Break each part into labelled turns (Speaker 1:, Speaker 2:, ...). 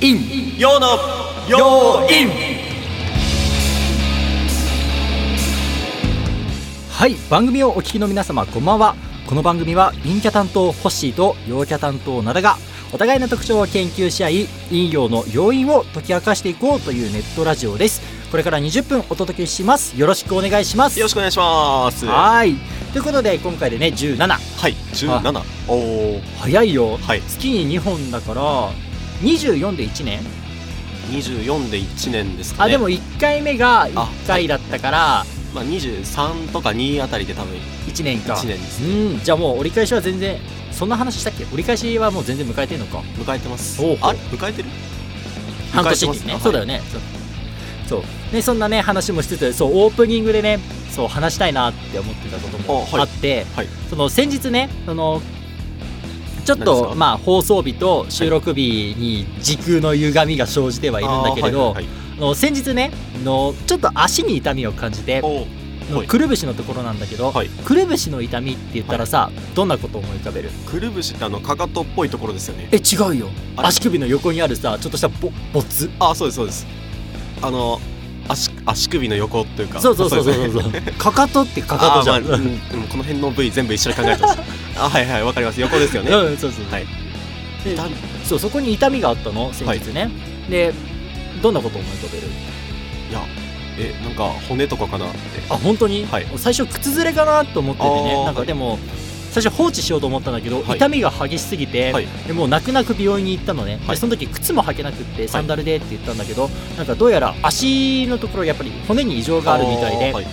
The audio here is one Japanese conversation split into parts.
Speaker 1: イン陽の陽イン
Speaker 2: はい番組をお聞きの皆様こんばんはこの番組は陰キャ担当ホッシーと陽キャ担当ナダがお互いの特徴を研究し合い陰陽の要因を解き明かしていこうというネットラジオですこれから20分お届けしますよろしくお願いします
Speaker 1: よろしくお願いしますは
Speaker 2: はいということで今回でね17
Speaker 1: い17おお
Speaker 2: 早いよ
Speaker 1: はい
Speaker 2: 月に2本だから24で1年
Speaker 1: 24で1年ですか
Speaker 2: あ
Speaker 1: ね
Speaker 2: でも1回目が1回だったから
Speaker 1: まあ、23とか2あたりで多分
Speaker 2: 1年か
Speaker 1: 1年です
Speaker 2: うんじゃあもう折り返しは全然そんな話したっけ折り返しはもう全然迎えてんのか
Speaker 1: 迎えてます
Speaker 2: おう
Speaker 1: あれ迎えてる
Speaker 2: 半年っていうねそうだよ
Speaker 1: ね
Speaker 2: ねそうそうねそんなね話もしつつそうオープニングでねそう話したいなって思ってたことも
Speaker 1: あはい
Speaker 2: あって、
Speaker 1: はい
Speaker 2: その先日ねそのちょっ
Speaker 1: 何です
Speaker 2: と
Speaker 1: か
Speaker 2: まあ放送日と収録日に時空の歪みが生じてはいるんだけれどあ、
Speaker 1: あーはいはいはい
Speaker 2: の先日ねあのちょっと足に痛みを感じて
Speaker 1: おう
Speaker 2: の
Speaker 1: はい
Speaker 2: くるぶしのところなんだけど、
Speaker 1: はい
Speaker 2: くるぶしの痛みって言ったらさ、どんなことを思い浮かべる
Speaker 1: くるぶしってあのかかとっぽいところですよね
Speaker 2: え違うよ
Speaker 1: あれ
Speaker 2: 足首の横にあるさちょっとしたボボツ
Speaker 1: あそうですそうですあの足足首の横というか
Speaker 2: そうそうそうそうそう
Speaker 1: ですね
Speaker 2: かかとってかかとじゃん、
Speaker 1: あーまあうんうんこの辺の部位全部一緒に考えてますあはいはいわかります横ですよね
Speaker 2: うんそうそう、
Speaker 1: はい
Speaker 2: で
Speaker 1: だ
Speaker 2: そうそこに痛みがあったの先日ね、でどんなことを思い浮かべる
Speaker 1: いやえなんか骨とかかなって
Speaker 2: あ本当に、
Speaker 1: はい
Speaker 2: 最初靴ずれかなと思ってて
Speaker 1: あー
Speaker 2: ねなん
Speaker 1: は
Speaker 2: か
Speaker 1: い
Speaker 2: でも、最初放置しようと思ったんだけど、
Speaker 1: はい
Speaker 2: 痛みが激しすぎて、
Speaker 1: はい
Speaker 2: でもう泣く泣く美容院に行ったのね、
Speaker 1: は
Speaker 2: で
Speaker 1: い
Speaker 2: その時靴も履けなくってサンダルでって言ったんだけど、なんかどうやら足のところやっぱり骨に異常があるみたいで、
Speaker 1: あーはい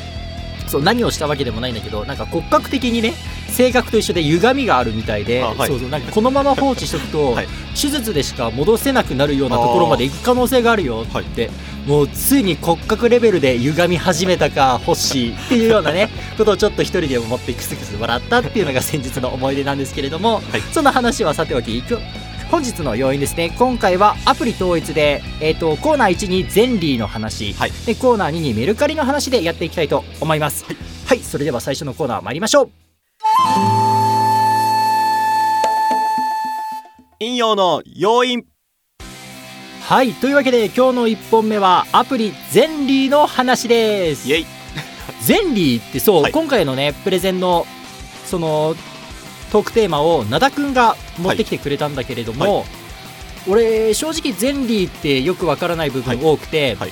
Speaker 2: そう何をしたわけでもないんだけどなんか骨格的にね性格と一緒で歪みがあるみたいで、
Speaker 1: あはい
Speaker 2: そうそうなんかこのまま放置しとくと、
Speaker 1: はい
Speaker 2: 手術でしか戻せなくなるようなところまで行く可能性があるよ
Speaker 1: はい
Speaker 2: って、もうついに骨格レベルで歪み始めたか欲しいっていうような ねことをちょっと一人で思ってクスクス笑ったっていうのが先日の思い出なんですけれども、
Speaker 1: はい
Speaker 2: その話はさておきいく本日の要因ですね今回はアプリ統一で、えー、とコーナー1にゼンリーの話、
Speaker 1: はい
Speaker 2: でコーナー2にメルカリの話でやっていきたいと思いますはい、それでは最初のコーナー参りましょう
Speaker 1: 陰陽の要因
Speaker 2: はいというわけで今日の1本目はアプリゼンリーの話です
Speaker 1: イエイ
Speaker 2: ゼンリーってそう、
Speaker 1: はい
Speaker 2: 今回のねプレゼンのそのトークテーマを灘くんが持ってきてくれたんだけれども、
Speaker 1: は
Speaker 2: 俺正直ゼンリーってよくわからない部分多くて、
Speaker 1: はい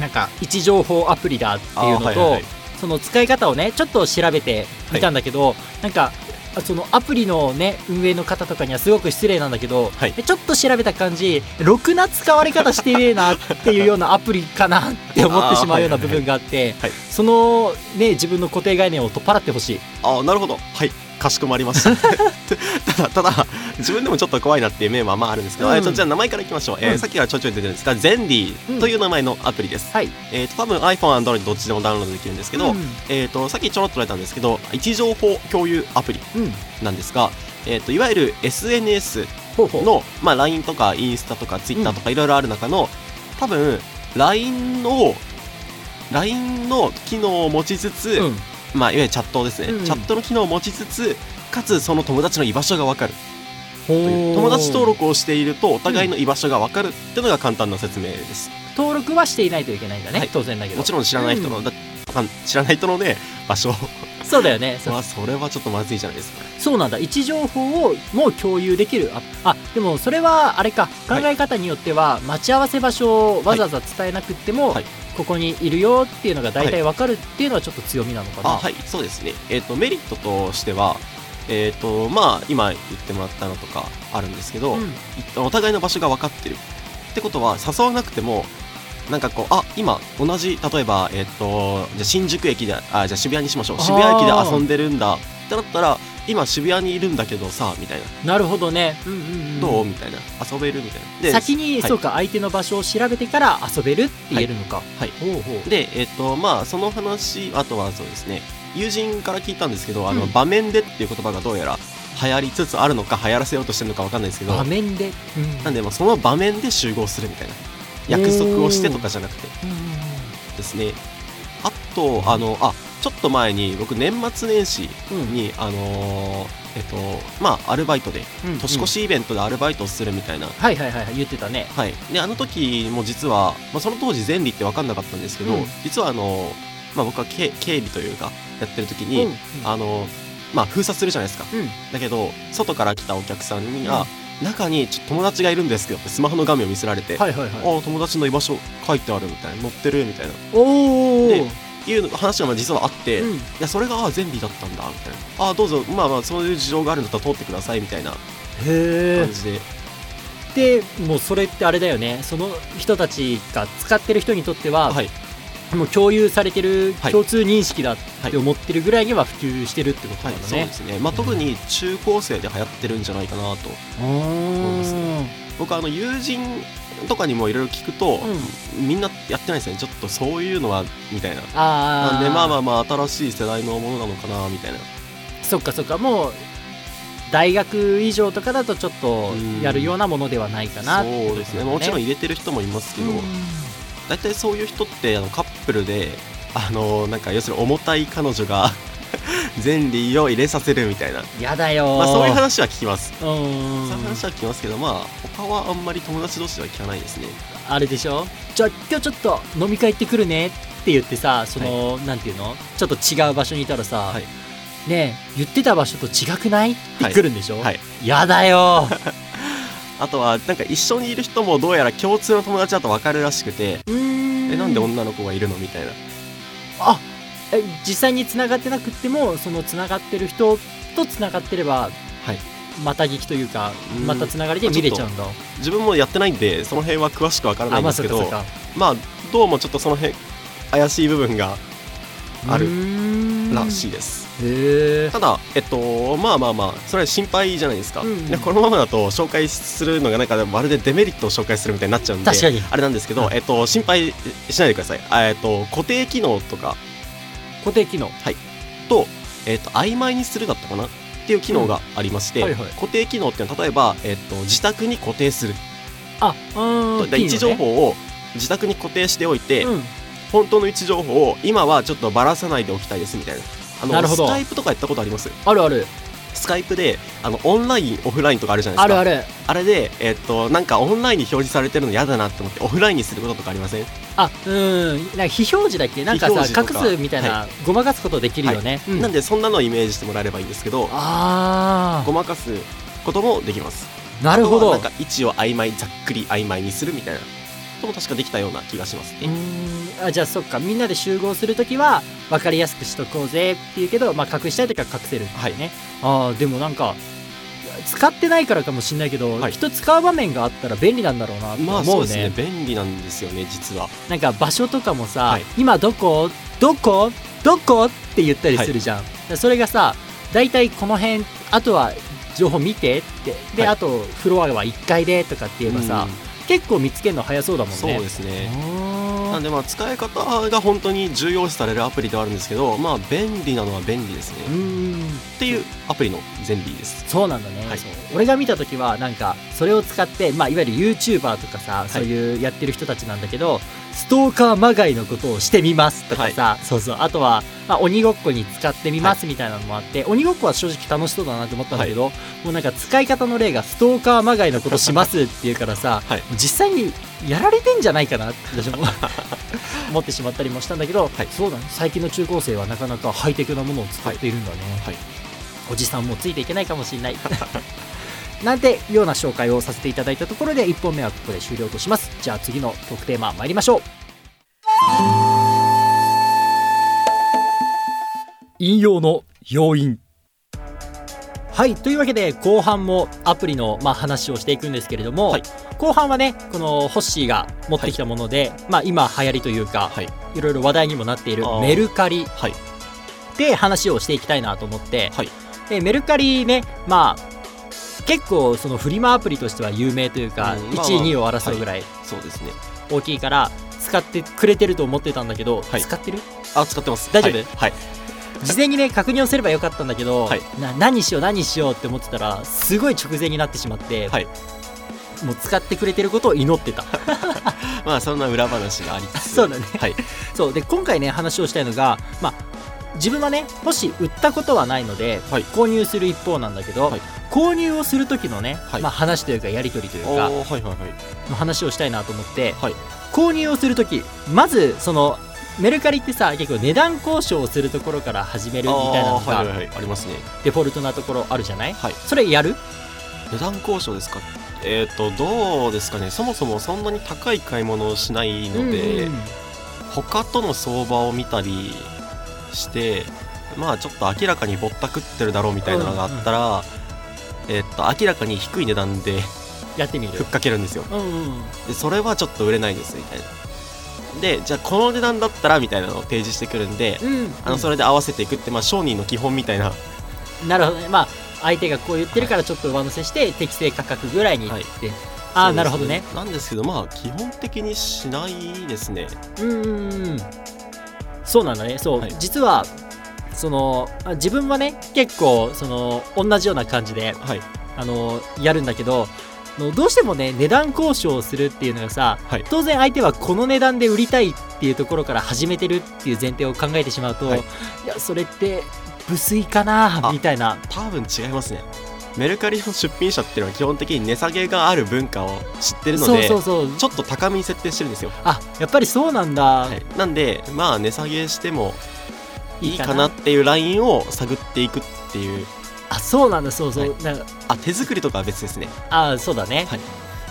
Speaker 2: なんか位置情報アプリだっていうのと、
Speaker 1: あーはいはいはい
Speaker 2: その使い方をねちょっと調べてみたんだけど、なんかあそのアプリのね運営の方とかにはすごく失礼なんだけど、
Speaker 1: はい
Speaker 2: ちょっと調べた感じろくな使われ方してねえなっていうようなアプリかな って思ってしまうような部分があって、
Speaker 1: はい
Speaker 2: そのね自分の固定概念を取っ払ってほしい
Speaker 1: あなるほどはいかしこまりまし たただただ自分でもちょっと怖いなっていう面はまああるんですけど、
Speaker 2: うん
Speaker 1: えっとじゃあ名前からいきましょう、えー
Speaker 2: うん
Speaker 1: さっきからちょいちょい出てるんですが Zendy という名前のアプリです、
Speaker 2: はい
Speaker 1: えっと多分 iPhone、Android どっちでもダウンロードできるんですけど、
Speaker 2: うん
Speaker 1: えっとさっきちょろっと出たんですけど位置情報共有アプリ
Speaker 2: うん
Speaker 1: なんですが、えっといわゆる SNS
Speaker 2: ほうほう
Speaker 1: の、まあ、LINE とかインスタとか Twitter とかいろいろある中の、多分 LINE を LINE の機能を持ちつつ、
Speaker 2: うん
Speaker 1: まあ、いわゆるチャットですね、
Speaker 2: うん
Speaker 1: チャットの機能を持ちつつかつその友達の居場所が分かる
Speaker 2: ほ
Speaker 1: という
Speaker 2: う
Speaker 1: 友達登録をしているとお互いの居場所が分かるっていうのが簡単な説明です
Speaker 2: 登録はしていないといけないんだね、
Speaker 1: はい
Speaker 2: 当然だけど
Speaker 1: もちろん知らない人の、
Speaker 2: う
Speaker 1: だわかん知らない人のね場所
Speaker 2: そうだよねそう
Speaker 1: はそれはちょっとまずいじゃないですか
Speaker 2: そうなんだ位置情報をもう共有できるああでもそれはあれか考
Speaker 1: はい
Speaker 2: え方によっては待ち合わせ場所をわざわざ伝えなくっても、
Speaker 1: はい
Speaker 2: ここにいるよっていうのが大体わかるっていうのはちょっと強みなのかな、
Speaker 1: あはいそうですねえっ、とメリットとしてはえっ、とまあ今言ってもらったのとかあるんですけど、
Speaker 2: うん
Speaker 1: お互いの場所が分かってるってことは誘わなくてもなんかこうあ今同じ例えばえっ、とじゃあ新宿駅であじゃあ渋谷にしましょう
Speaker 2: あー
Speaker 1: 渋谷駅で遊んでるんだってなったら今渋谷にいるんだけどさみたいな
Speaker 2: なるほどね、うんうんうん
Speaker 1: どう、みたいな遊べるみたいなで
Speaker 2: 先に、
Speaker 1: はい
Speaker 2: そうか相手の場所を調べてから遊べるって言えるのか、
Speaker 1: はい
Speaker 2: ほうほう
Speaker 1: でえっ、とまあその話あとはそうですね友人から聞いたんですけどあの、
Speaker 2: うん
Speaker 1: 場面でっていう言葉がどうやら流行りつつあるのか流行らせようとしてるのか分かんないですけど
Speaker 2: 場面で、うん
Speaker 1: なんでまあその場面で集合するみたいな約束をしてとかじゃなくて
Speaker 2: うんうんうん
Speaker 1: ですねあとあのあちょっと前に僕年末年始
Speaker 2: うん
Speaker 1: に、あのーえっとまあアルバイトで
Speaker 2: うん
Speaker 1: 年越しイベントでアルバイトをするみたいな、
Speaker 2: はいはいはいはい言ってたね
Speaker 1: はい、であの時も実は、まあ、その当時前理って分かんなかったんですけど、
Speaker 2: うん
Speaker 1: 実はあの、まあ、僕は警警備というかやってる時に、
Speaker 2: うんうん
Speaker 1: あのまあ、封鎖するじゃないですか
Speaker 2: うん
Speaker 1: だけど外から来たお客さんに
Speaker 2: う
Speaker 1: が
Speaker 2: ん
Speaker 1: 中にちょ友達がいるんですけどってスマホの画面を見せられて、
Speaker 2: はいはいはい
Speaker 1: ああ友達の居場所書いてあるみたいな載ってるみたいな
Speaker 2: おお
Speaker 1: でいうの話がまあ実はあって、
Speaker 2: う
Speaker 1: い
Speaker 2: ん
Speaker 1: やそれがああ全理だったんだみたいなああどうぞまあまあそういう事情があるんだったら通ってくださいみたいな
Speaker 2: へ
Speaker 1: 感じで、
Speaker 2: えでもうそれってあれだよねその人たちが使ってる人にとっては、
Speaker 1: はい
Speaker 2: もう共有されてる
Speaker 1: はい
Speaker 2: 共通認識だって思ってるぐらいには普及してるってこと
Speaker 1: は
Speaker 2: ないんだ
Speaker 1: そう
Speaker 2: ね
Speaker 1: で、すね、まあ、特に中高生で流行ってるんじゃないかなと
Speaker 2: う
Speaker 1: す
Speaker 2: ん
Speaker 1: 僕あの友人とかにもいろいろ聞くと、みんなやってないですねちょっとそういうのはみたいな
Speaker 2: あ
Speaker 1: なん
Speaker 2: ー
Speaker 1: でまあまあまあ新しい世代のものなのかなみたいな
Speaker 2: そっかそっかもう大学以上とかだとちょっと
Speaker 1: うん
Speaker 2: やるようなものではないかなって
Speaker 1: そうですねもちろん入れてる人もいますけど、大体そういう人ってあのカップルであのなんか要するに重たい彼女が 前理を入れさせるみたいな、
Speaker 2: やだよー、
Speaker 1: まあ、そういう話は聞きます
Speaker 2: うん
Speaker 1: そういう話は聞きますけどまあ他はあんまり友達同士では聞かないですね
Speaker 2: あれでしょじゃあ今日ちょっと飲み会行ってくるねって言ってさその、なんていうのちょっと違う場所にいたらさ、
Speaker 1: はい
Speaker 2: ねえ言ってた場所と違くないって
Speaker 1: はい
Speaker 2: 来るんでしょ、
Speaker 1: はい
Speaker 2: やだよー
Speaker 1: あとはなんか一緒にいる人もどうやら共通の友達だと分かるらしくて
Speaker 2: うーん
Speaker 1: えなんで女の子がいるのみたいな
Speaker 2: あえ実際に繋がってなくってもその繋がってる人と繋がってれば
Speaker 1: はい
Speaker 2: また聞きというか
Speaker 1: うん
Speaker 2: また繋がりで見れちゃうんだ
Speaker 1: 自分もやってないんでその辺は詳しく分からないん
Speaker 2: まあ
Speaker 1: です
Speaker 2: そ
Speaker 1: け
Speaker 2: うか
Speaker 1: ど、
Speaker 2: そうか
Speaker 1: まあどうもちょっとその辺怪しい部分がある
Speaker 2: うーん
Speaker 1: らしいです、
Speaker 2: へえ
Speaker 1: ただえっとまあまあまあそれは心配じゃないですか、
Speaker 2: うんうん
Speaker 1: でこのままだと紹介するのがなんかまるでデメリットを紹介するみたいになっちゃうんで
Speaker 2: 確かに
Speaker 1: あれなんですけど、
Speaker 2: うん
Speaker 1: えっと、心配しないでくださいあえっと固定機能とか
Speaker 2: 固定機能
Speaker 1: と,、えっと曖昧にするだったかなっていう機能がありまして、
Speaker 2: うんはいはい
Speaker 1: 固定機能っていうのは例えば、えっと、自宅に固定する
Speaker 2: あうん
Speaker 1: 位置情報を自宅に固定しておいて、
Speaker 2: うん
Speaker 1: 本当の位置情報を今はちょっとばらさないでおきたいですみたいなあ
Speaker 2: なる
Speaker 1: の
Speaker 2: ほ
Speaker 1: ス
Speaker 2: ど
Speaker 1: カイプとかやったことあります
Speaker 2: あるある
Speaker 1: スカイプであのオンラインオフラインとかあるじゃないですか
Speaker 2: あるある
Speaker 1: あれで、えっとなんかオンラインに表示されてるの嫌だなって思ってオフラインにすることとかありません
Speaker 2: あうんなんか非表示だっけなんか
Speaker 1: 非
Speaker 2: さ
Speaker 1: 表示と
Speaker 2: 隠
Speaker 1: か
Speaker 2: すみたいなごまかすことできるよねうん
Speaker 1: なんでそんなのをイメージしてもらえればいいんですけど
Speaker 2: あ
Speaker 1: ごまかすこともできます
Speaker 2: あなるほ
Speaker 1: あとは
Speaker 2: ど
Speaker 1: なんか位置を曖昧ざっくり曖昧にするみたいなことも確かできたような気がします
Speaker 2: う
Speaker 1: ね、
Speaker 2: ーんあじゃあそっかみんなで集合するときは分かりやすくしとこうぜっていうけど、まあ、隠したいときは隠せるっていうね、あーでもなんか使ってないからかもしんないけど、
Speaker 1: はい
Speaker 2: きっと使う場面があったら便利なんだろうなって思うね,、
Speaker 1: まあそうですね便利なんですよね実は
Speaker 2: なんか場所とかもさ、
Speaker 1: はい
Speaker 2: 今どこどこどこって言ったりするじゃん、それがさ大体この辺あとは情報見てってで、
Speaker 1: はい
Speaker 2: あとフロアは1階でとかって言えばさ、結構見つけるの早そうだ
Speaker 1: う
Speaker 2: も
Speaker 1: ん
Speaker 2: んね
Speaker 1: そうですね
Speaker 2: あー
Speaker 1: なんでまあ使い方が本当に重要視されるアプリではあるんですけどまあ便利なのは便利です
Speaker 2: う
Speaker 1: ね
Speaker 2: ーん
Speaker 1: っていうアプリの全理です
Speaker 2: そうなんだね、
Speaker 1: はい
Speaker 2: そう俺が見た時はなんかそれを使って、まあ、いわゆる YouTuber とかさ、そういうやってる人たちなんだけどストーカーまがいのことをしてみますとかさ、そうそうあとは、まあ、鬼ごっこに使ってみますみたいなのもあって、鬼ごっこは正直楽しそうだなと思ったんだけど、もうなんか使い方の例がストーカーまがいのことしますっていうからさ、
Speaker 1: はい
Speaker 2: 実際にやられてんじゃないかなって私 も思ってしまったりもしたんだけど、
Speaker 1: はい
Speaker 2: そうだね最近の中高生はなかなかハイテクなものを使っているんだね、
Speaker 1: はい
Speaker 2: おじさんもついていけないかもしれないなんてような紹介をさせていただいたところで1本目はここで終了としますじゃあ次のトークテーマ参りましょう引用の要因はいというわけで後半もアプリの、まあ、話をしていくんですけれども、
Speaker 1: はい
Speaker 2: 後半はねこのホッシーが持ってきたもので、まあ、今流行りというか、
Speaker 1: はい
Speaker 2: いろいろ話題にもなっている
Speaker 1: あー
Speaker 2: メルカリ
Speaker 1: はい
Speaker 2: で話をしていきたいなと思って、
Speaker 1: はい
Speaker 2: でメルカリねまあ結構そのフリマアプリとしては有名というか、
Speaker 1: うんまあまあ
Speaker 2: 1位2位を争うぐらい
Speaker 1: そうですね
Speaker 2: 大きいから使ってくれてると思ってたんだけど、
Speaker 1: はい
Speaker 2: 使ってる
Speaker 1: あ使ってます
Speaker 2: 大丈夫
Speaker 1: はいはい
Speaker 2: 事前にね確認をすればよかったんだけど、
Speaker 1: はい
Speaker 2: な何しよう何しようって思ってたらすごい直前になってしまって、
Speaker 1: はい
Speaker 2: もう使ってくれてることを祈って た
Speaker 1: まあそんな裏話がありつつ
Speaker 2: そうだね
Speaker 1: はい
Speaker 2: そうで今回ね話をしたいのが、まあ、自分はねもし売ったことはないので、
Speaker 1: はい
Speaker 2: 購入する一方なんだけど、
Speaker 1: はい
Speaker 2: 購入をする時のね、
Speaker 1: はい
Speaker 2: まあ、話というかやり取りという
Speaker 1: あ
Speaker 2: か
Speaker 1: ーはいはいはい
Speaker 2: の話をしたいなと思って、
Speaker 1: はい
Speaker 2: 購入をする時まずそのメルカリってさ結構値段交渉をするところから始めるみたいなの
Speaker 1: あーはいは
Speaker 2: が
Speaker 1: いはいありますね
Speaker 2: デフォルトなところあるじゃない、
Speaker 1: はい
Speaker 2: それやる
Speaker 1: 値段交渉ですかえっ、とどうですかねそもそもそんなに高い買い物をしないので、
Speaker 2: うんうん
Speaker 1: 他との相場を見たりしてまあちょっと明らかにぼったくってるだろうみたいなのがあったら、えっと明らかに低い値段で
Speaker 2: やってみ
Speaker 1: ふっ
Speaker 2: る、
Speaker 1: かけるんですよ
Speaker 2: うんうんうん、
Speaker 1: でそれはちょっと売れないですみたいなでじゃあこの値段だったらみたいなのを提示してくるんで、
Speaker 2: うん
Speaker 1: あのそれで合わせていくって、まあ、商人の基本みたいな
Speaker 2: なるほどねまあ相手がこう言ってるからちょっと上乗せして適正価格ぐらいにって、
Speaker 1: はい
Speaker 2: ああ
Speaker 1: そうです
Speaker 2: なるほどね
Speaker 1: なんですけどまあ基本的にしないですね
Speaker 2: うんうんうんそうなんだねそう、
Speaker 1: はい
Speaker 2: 実はそのあ自分はね結構その同じような感じで
Speaker 1: はい
Speaker 2: あのやるんだけどあのどうしてもね値段交渉をするっていうのがさ、
Speaker 1: はい
Speaker 2: 当然相手はこの値段で売りたいっていうところから始めてるっていう前提を考えてしまうと、
Speaker 1: はい
Speaker 2: い、やそれって無粋かな
Speaker 1: あ
Speaker 2: みたいな
Speaker 1: 多分違いますねメルカリの出品者っていうのは基本的に値下げがある文化を知ってるの
Speaker 2: そう
Speaker 1: で
Speaker 2: そうそう
Speaker 1: ちょっと高めに設定してるんですよ、
Speaker 2: あやっぱりそうなんだ、
Speaker 1: はい、なんでまあ値下げしてもいいかないっていうラインを探っていくっていう
Speaker 2: あそうなんだそうそう、
Speaker 1: は
Speaker 2: なんか
Speaker 1: あ手作りとかは別ですね
Speaker 2: あそうだね、
Speaker 1: はい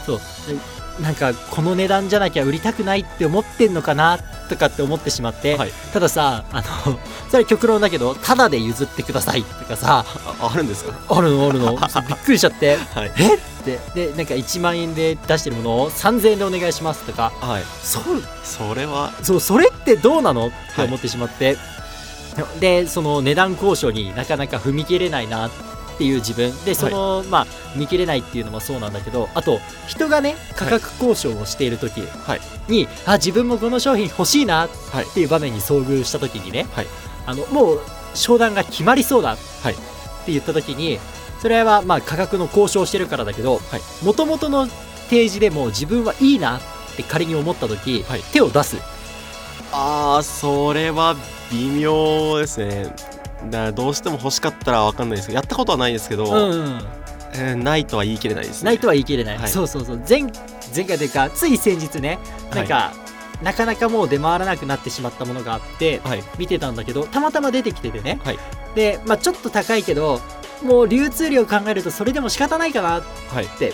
Speaker 2: そうでなんかこの値段じゃなきゃ売りたくないって思ってんのかなとかって思ってしまって、
Speaker 1: はい
Speaker 2: たださあのそれ極論だけどタダで譲ってくださいとかさ
Speaker 1: ああるんですか
Speaker 2: あるのあるのそうびっくりしちゃって
Speaker 1: はい
Speaker 2: ででなんか1万円で出してるものを3000円でお願いしますとか
Speaker 1: はい
Speaker 2: そう
Speaker 1: それは
Speaker 2: そうそれってどうなのって思ってしまって、でその値段交渉になかなか踏み切れないなっていう自分でその、まあ踏み切れないっていうのもそうなんだけどあと人がね価格交渉をしている時に、
Speaker 1: はい
Speaker 2: あ自分もこの商品欲しいなっ
Speaker 1: はい
Speaker 2: ていう場面に遭遇した時にね、
Speaker 1: はい
Speaker 2: あのもう商談が決まりそうだっ
Speaker 1: はい
Speaker 2: て言った時に、それはまあ価格の交渉をしてるからだけど
Speaker 1: はい
Speaker 2: もともとの提示でも自分はいいなって仮に思った時、
Speaker 1: はい
Speaker 2: 手を出す
Speaker 1: あーそれは微妙ですねだからどうしても欲しかったら分かんないですけどやったことはないですけど、
Speaker 2: うん、
Speaker 1: えーないとは言い切れないですね
Speaker 2: ないとは言い切れない、
Speaker 1: はい
Speaker 2: そうそうそう前前回というかつい先日ねなんか、なかなかもう出回らなくなってしまったものがあって
Speaker 1: はい
Speaker 2: 見てたんだけどたまたま出てきててね、
Speaker 1: はい
Speaker 2: で、まあ、ちょっと高いけどもう流通量考えるとそれでも仕方ないかなっ
Speaker 1: はい
Speaker 2: て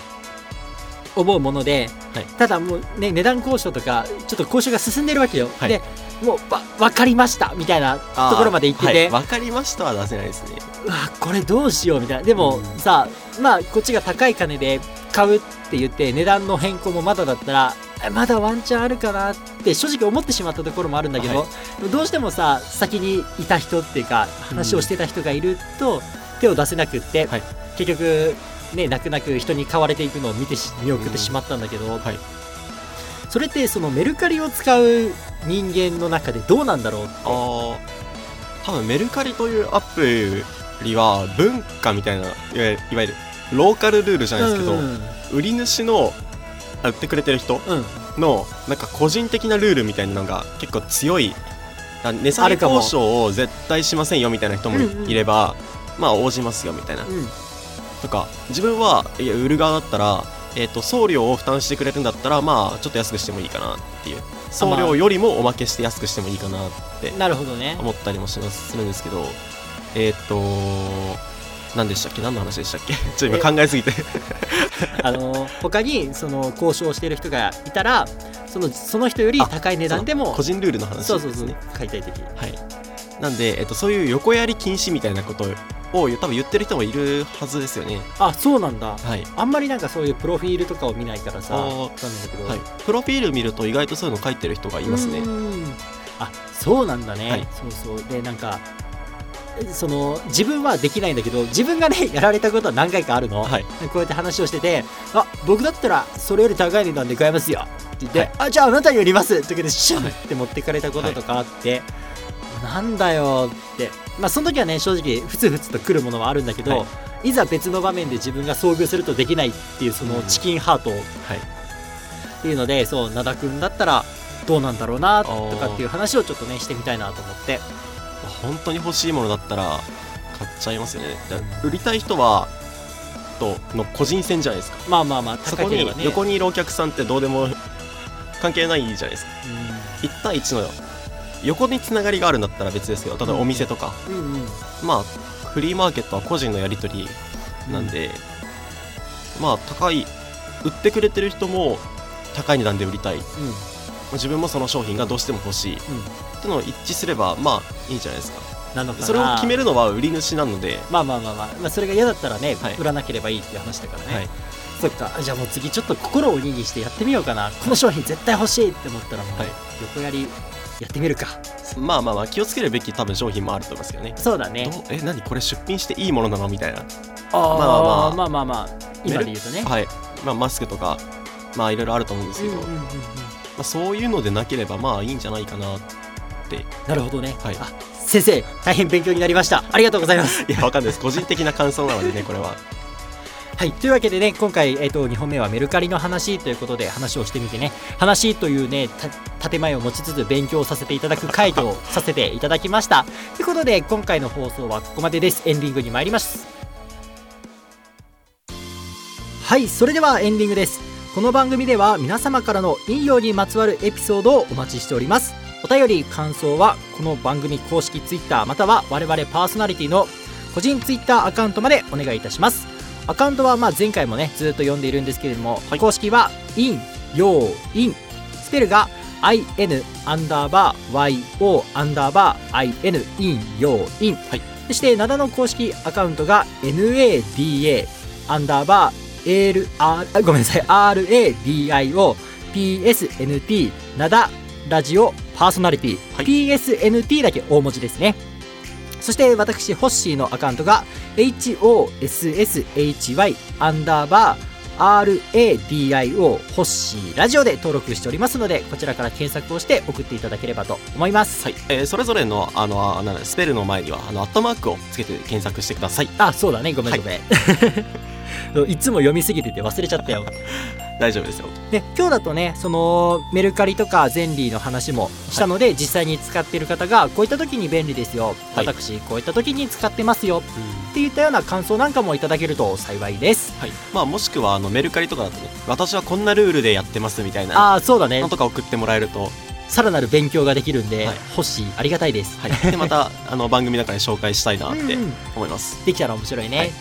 Speaker 2: 思うもので、
Speaker 1: はい
Speaker 2: ただもうね値段交渉とかちょっと交渉が進んでるわけよ、
Speaker 1: はい
Speaker 2: でもうわ分かりましたみたいな
Speaker 1: あー
Speaker 2: ところまで行ってて、
Speaker 1: はい、分かりましたは出せないですね
Speaker 2: うわこれどうしようみたいなでも、
Speaker 1: うん
Speaker 2: さまあこっちが高い金で買うって言って値段の変更もまだだったらえまだワンチャンあるかなって正直思ってしまったところもあるんだけど、
Speaker 1: は
Speaker 2: でもどうしてもさ先にいた人っていうか話をしてた人がいると手を出せなくって、
Speaker 1: はい
Speaker 2: 結局ね泣く泣く人に買われていくのを見てし見送ってしまったんだけど、
Speaker 1: はい
Speaker 2: それってそのメルカリを使う人間の中でどうなんだろうって
Speaker 1: あー多分メルカリというアプリは文化みたいないわゆるいわゆるローカルルールじゃないですけど、
Speaker 2: うんうん
Speaker 1: 売り主のあ売ってくれてる人
Speaker 2: うん、
Speaker 1: のなんか個人的なルールみたいなのが結構強いあ値下
Speaker 2: あ
Speaker 1: げ
Speaker 2: るかも
Speaker 1: 交渉を絶対しませんよみたいな人も
Speaker 2: うんうん
Speaker 1: いいれば、まあ応じますよみたいな
Speaker 2: うん
Speaker 1: とか自分はいや売る側だったら、えー、と送料を負担してくれるんだったらまあちょっと安くしてもいいかなっていう送料よりもおまけして安くしてもいいかなって
Speaker 2: なるほどね。
Speaker 1: 思ったりもしますするんですけどえっ、と何でしたっけ何の話でしたっけ ちょっと今考えすぎて
Speaker 2: あの他にその交渉してる人がいたらそのその人より高い値段でも
Speaker 1: 個人ルールの話です
Speaker 2: そ
Speaker 1: ね
Speaker 2: うそうそう解体的
Speaker 1: はい、なんで、えっと、そういう横やり禁止みたいなことを多分言ってる人もいるはずですよね。
Speaker 2: あそうなんだ
Speaker 1: はい
Speaker 2: あんまりなんかそういうプロフィールとかを見ないからさ
Speaker 1: あ
Speaker 2: なん
Speaker 1: ー
Speaker 2: だけど、
Speaker 1: はい、プロフィール見ると意外とそういうの書いてる人がいますね
Speaker 2: う。んあそうなんだね、
Speaker 1: はい
Speaker 2: そうそうでなんかその自分はできないんだけど自分がねやられたことは何回かあるの、
Speaker 1: はい、
Speaker 2: こうやって話をしてて「あ僕だったらそれより高い値段で買えますよ」って言って「
Speaker 1: はい
Speaker 2: あじゃああなたに売ります」って言ってシュ
Speaker 1: は
Speaker 2: ン
Speaker 1: い
Speaker 2: って持ってかれたこととかあって、なんだよってまあその時はね正直ふつふつと来るものはあるんだけど、、
Speaker 1: はい
Speaker 2: ざ別の場面で自分が遭遇するとできないっていうその
Speaker 1: うん
Speaker 2: チキンハートっ
Speaker 1: はい、
Speaker 2: ていうので、そう灘くんだったらどうなんだろうな
Speaker 1: ー
Speaker 2: とかっていう話をちょっとねしてみたいなと思って
Speaker 1: 本当に欲しいものだったら買っちゃいますよねだ売りたい人はとの個人戦じゃないですか
Speaker 2: まあまあまあ
Speaker 1: そ
Speaker 2: 高
Speaker 1: こ
Speaker 2: けれ
Speaker 1: に
Speaker 2: ばね
Speaker 1: 横
Speaker 2: に、
Speaker 1: にいるお客さんってどうでも関係ないじゃないですか1対1の横につながりがあるんだったら別ですけどただお店とか、
Speaker 2: うん、うんうん
Speaker 1: まあフリーマーケットは個人のやり取りなんで、まあ高い売ってくれてる人も高い値段で売りたい自分もその商品がどうしても欲しい、
Speaker 2: ん
Speaker 1: ってのを一致すればまあいいんじゃないですか
Speaker 2: なのかな
Speaker 1: それを決め
Speaker 2: る
Speaker 1: るのは売り主なので
Speaker 2: まあまあまあまあ、まあ、それが嫌だったらね、
Speaker 1: はい
Speaker 2: 売らなければいいっていう話だからね、
Speaker 1: はい
Speaker 2: そっかじゃあもう次ちょっと心を鬼にしてやってみようかなこの商品絶対欲しいって思ったらもう
Speaker 1: はい
Speaker 2: 横やりやってみるか、
Speaker 1: まあまあまあ気をつけるべき多分商品もあると思いますけどね
Speaker 2: そうだね
Speaker 1: どうえ何これ出品していいものなのみたいな
Speaker 2: あー
Speaker 1: ま
Speaker 2: まあまあまあ今で言うとね
Speaker 1: はいまあマスクとかまあいろいろあると思うんです
Speaker 2: うん
Speaker 1: け
Speaker 2: う
Speaker 1: ど、
Speaker 2: んうん
Speaker 1: ま
Speaker 2: うん
Speaker 1: あ、そういうのでなければまあいいんじゃないかない
Speaker 2: なるほどね、
Speaker 1: はい
Speaker 2: あ先生大変勉強になりましたありがとうございます
Speaker 1: やわかんないです個人的な感想なのでねこれは
Speaker 2: はいというわけでね今回、えっと2本目はメルカリの話ということで話をしてみてね話というねた建前を持ちつつ勉強させていただく回答をさせていただきましたということで今回の放送はここまでですエンディングに参りますはいそれではエンディングですこの番組では皆様からの引用にまつわるエピソードをお待ちしておりますお便り感想はこの番組公式 Twitter または我々パーソナリティの個人 Twitter アカウントまでお願いいたしますアカウントはまあ前回もねずっと読んでいるんですけれども、公式は in よう in スペルが in アンダーバー yo アンダーバー in in よう in、
Speaker 1: はい
Speaker 2: そして灘の公式アカウントが nada アンダーバー AR あごめんなさい RADIOPSNT なだラジオパーソナリティ、
Speaker 1: はい
Speaker 2: PSNT だけ大文字ですねそして私ホッシーのアカウントが HOSSHY アンダーバー RADIO ホッシーラジオで登録しておりますのでこちらから検索をして送っていただければと思います
Speaker 1: はい、えーそれぞれのあのあなんだスペルの前にはあのアットマークをつけて検索してください
Speaker 2: あそうだねごめん
Speaker 1: はい
Speaker 2: ご めん、い、つも読みすぎてて忘れちゃった よ
Speaker 1: 大丈夫ですよ
Speaker 2: で今日だとねそのメルカリとかゼンリーの話もしたので、実際に使っている方がこういった時に便利ですよ、
Speaker 1: はい
Speaker 2: 私こういった時に使ってますよっていったような感想なんかもいただけると幸いです
Speaker 1: はいまあ、もしくはあのメルカリとかだとね私はこんなルールでやってますみたいな
Speaker 2: ああそうだね
Speaker 1: のとか送ってもらえると、
Speaker 2: さらなる勉強ができるんで、
Speaker 1: はい
Speaker 2: 欲しいありがたいです、
Speaker 1: はい、でまたあの番組の中で紹介したいなっ
Speaker 2: うん
Speaker 1: て
Speaker 2: うん
Speaker 1: 思います、
Speaker 2: できたら面白いね、
Speaker 1: はい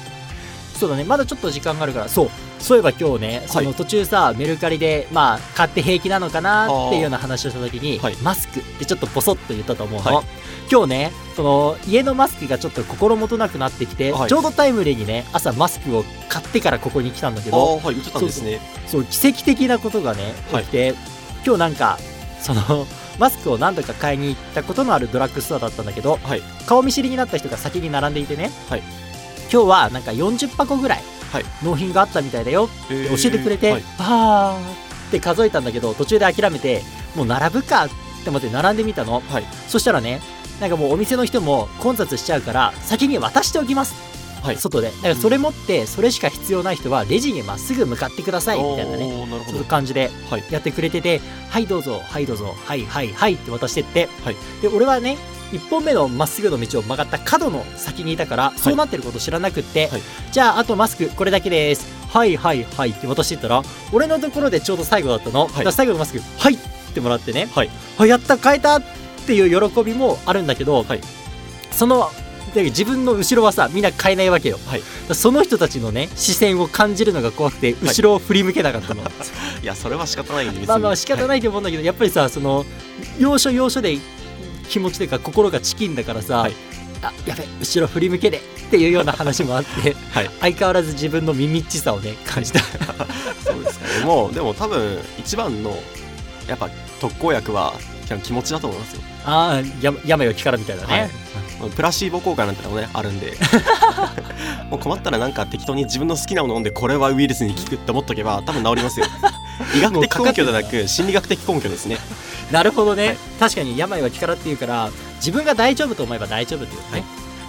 Speaker 2: そうだねまだちょっと時間があるからそうそういえば今日ね、その途中さメルカリでまあ買って平気なのかなっていうような話をした時に、
Speaker 1: はい
Speaker 2: マスクってちょっとボソッと言ったと思うの、
Speaker 1: はい
Speaker 2: 今日ねその家のマスクがちょっと心もとなくなってきて、
Speaker 1: はい
Speaker 2: ちょうどタイムリーにね朝マスクを買ってからここに来たんだけ
Speaker 1: あ
Speaker 2: ど
Speaker 1: あはい見てたんですね
Speaker 2: そう奇跡的なことがね
Speaker 1: は
Speaker 2: 起
Speaker 1: い
Speaker 2: きて、今日なんかそのマスクを何度か買いに行ったことのあるドラッグストアだったんだけど、
Speaker 1: はい
Speaker 2: 顔見知りになった人が先に並んでいてね、
Speaker 1: はい
Speaker 2: 今日はなんか40箱ぐらい
Speaker 1: はい
Speaker 2: 納品があったみたいだよ
Speaker 1: え
Speaker 2: って教えてくれて、
Speaker 1: はい
Speaker 2: バーって数えたんだけど途中で諦めてもう並ぶかって思って並んでみたの、
Speaker 1: はい
Speaker 2: そしたらねなんかもうお店の人も混雑しちゃうから先に渡しておきます、
Speaker 1: はい
Speaker 2: 外でだからそれ持ってそれしか必要ない人はレジにまっすぐ向かってくださいみたいなね
Speaker 1: おーなるほ
Speaker 2: そう
Speaker 1: ど
Speaker 2: いう感じで
Speaker 1: はい
Speaker 2: やってくれてて、はいどうぞ、はいどうぞ、はいはいはいって渡してって、
Speaker 1: はい
Speaker 2: で俺はね、1本目のまっすぐの道を曲がった角の先にいたから、そうなってること知らなくって、
Speaker 1: はい
Speaker 2: じゃあ、あとマスク、これだけです、はいはいはいって渡してったら、俺のところでちょうど最後だったの、だから最後のマスク、はいってもらってね、
Speaker 1: はい
Speaker 2: あやった、変えたっていう喜びもあるんだけど、
Speaker 1: はい
Speaker 2: そので自分の後ろはさみんな買えないわけよ、
Speaker 1: はい
Speaker 2: だからその人たちのね視線を感じるのが怖くて後ろを振り向けなかったの、
Speaker 1: いやそれは仕方ないんで別に
Speaker 2: まあまあ仕方
Speaker 1: はい
Speaker 2: ないと思うんだけど、やっぱりさその要所要所で気持ちというか心がチキンだからさ、
Speaker 1: はい
Speaker 2: あやべ後ろ振り向けねっていうような話もあって、
Speaker 1: はい
Speaker 2: 相変わらず自分のみみっちさをね感じた、
Speaker 1: そうですかねもうでも多分一番のやっぱ特効薬は気持ちだと思いますよ
Speaker 2: ああや病を気からみたいなね、
Speaker 1: プラシーボ効果なんてのもねあるん でもう困ったらなんか適当に自分の好きなもの飲んでこれはウイルスに効くって思っとけば多分治 りますよ医学的根拠ではなく心理学的根拠ですね
Speaker 2: なるほどね、
Speaker 1: はい
Speaker 2: 確かに病は気からっていうから自分が大丈夫と思えば大丈夫っていうね、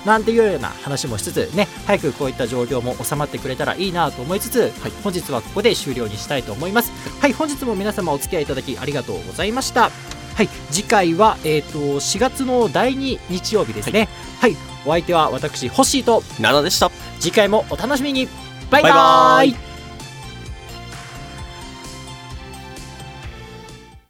Speaker 2: なんていうような話もしつつね早くこういった状況も収まってくれたらいいなと思いつつ、本日はここで終了にしたいと思いますはい本日も皆様お付き合いいただきありがとうございましたはい、次回は、えー、と4月の第2日曜日ですね。はい、お相手は私、ホッシーと
Speaker 1: 7でした
Speaker 2: 次回もお楽しみにバイバ
Speaker 1: バイバ
Speaker 2: ー
Speaker 1: ー
Speaker 2: イ
Speaker 1: イ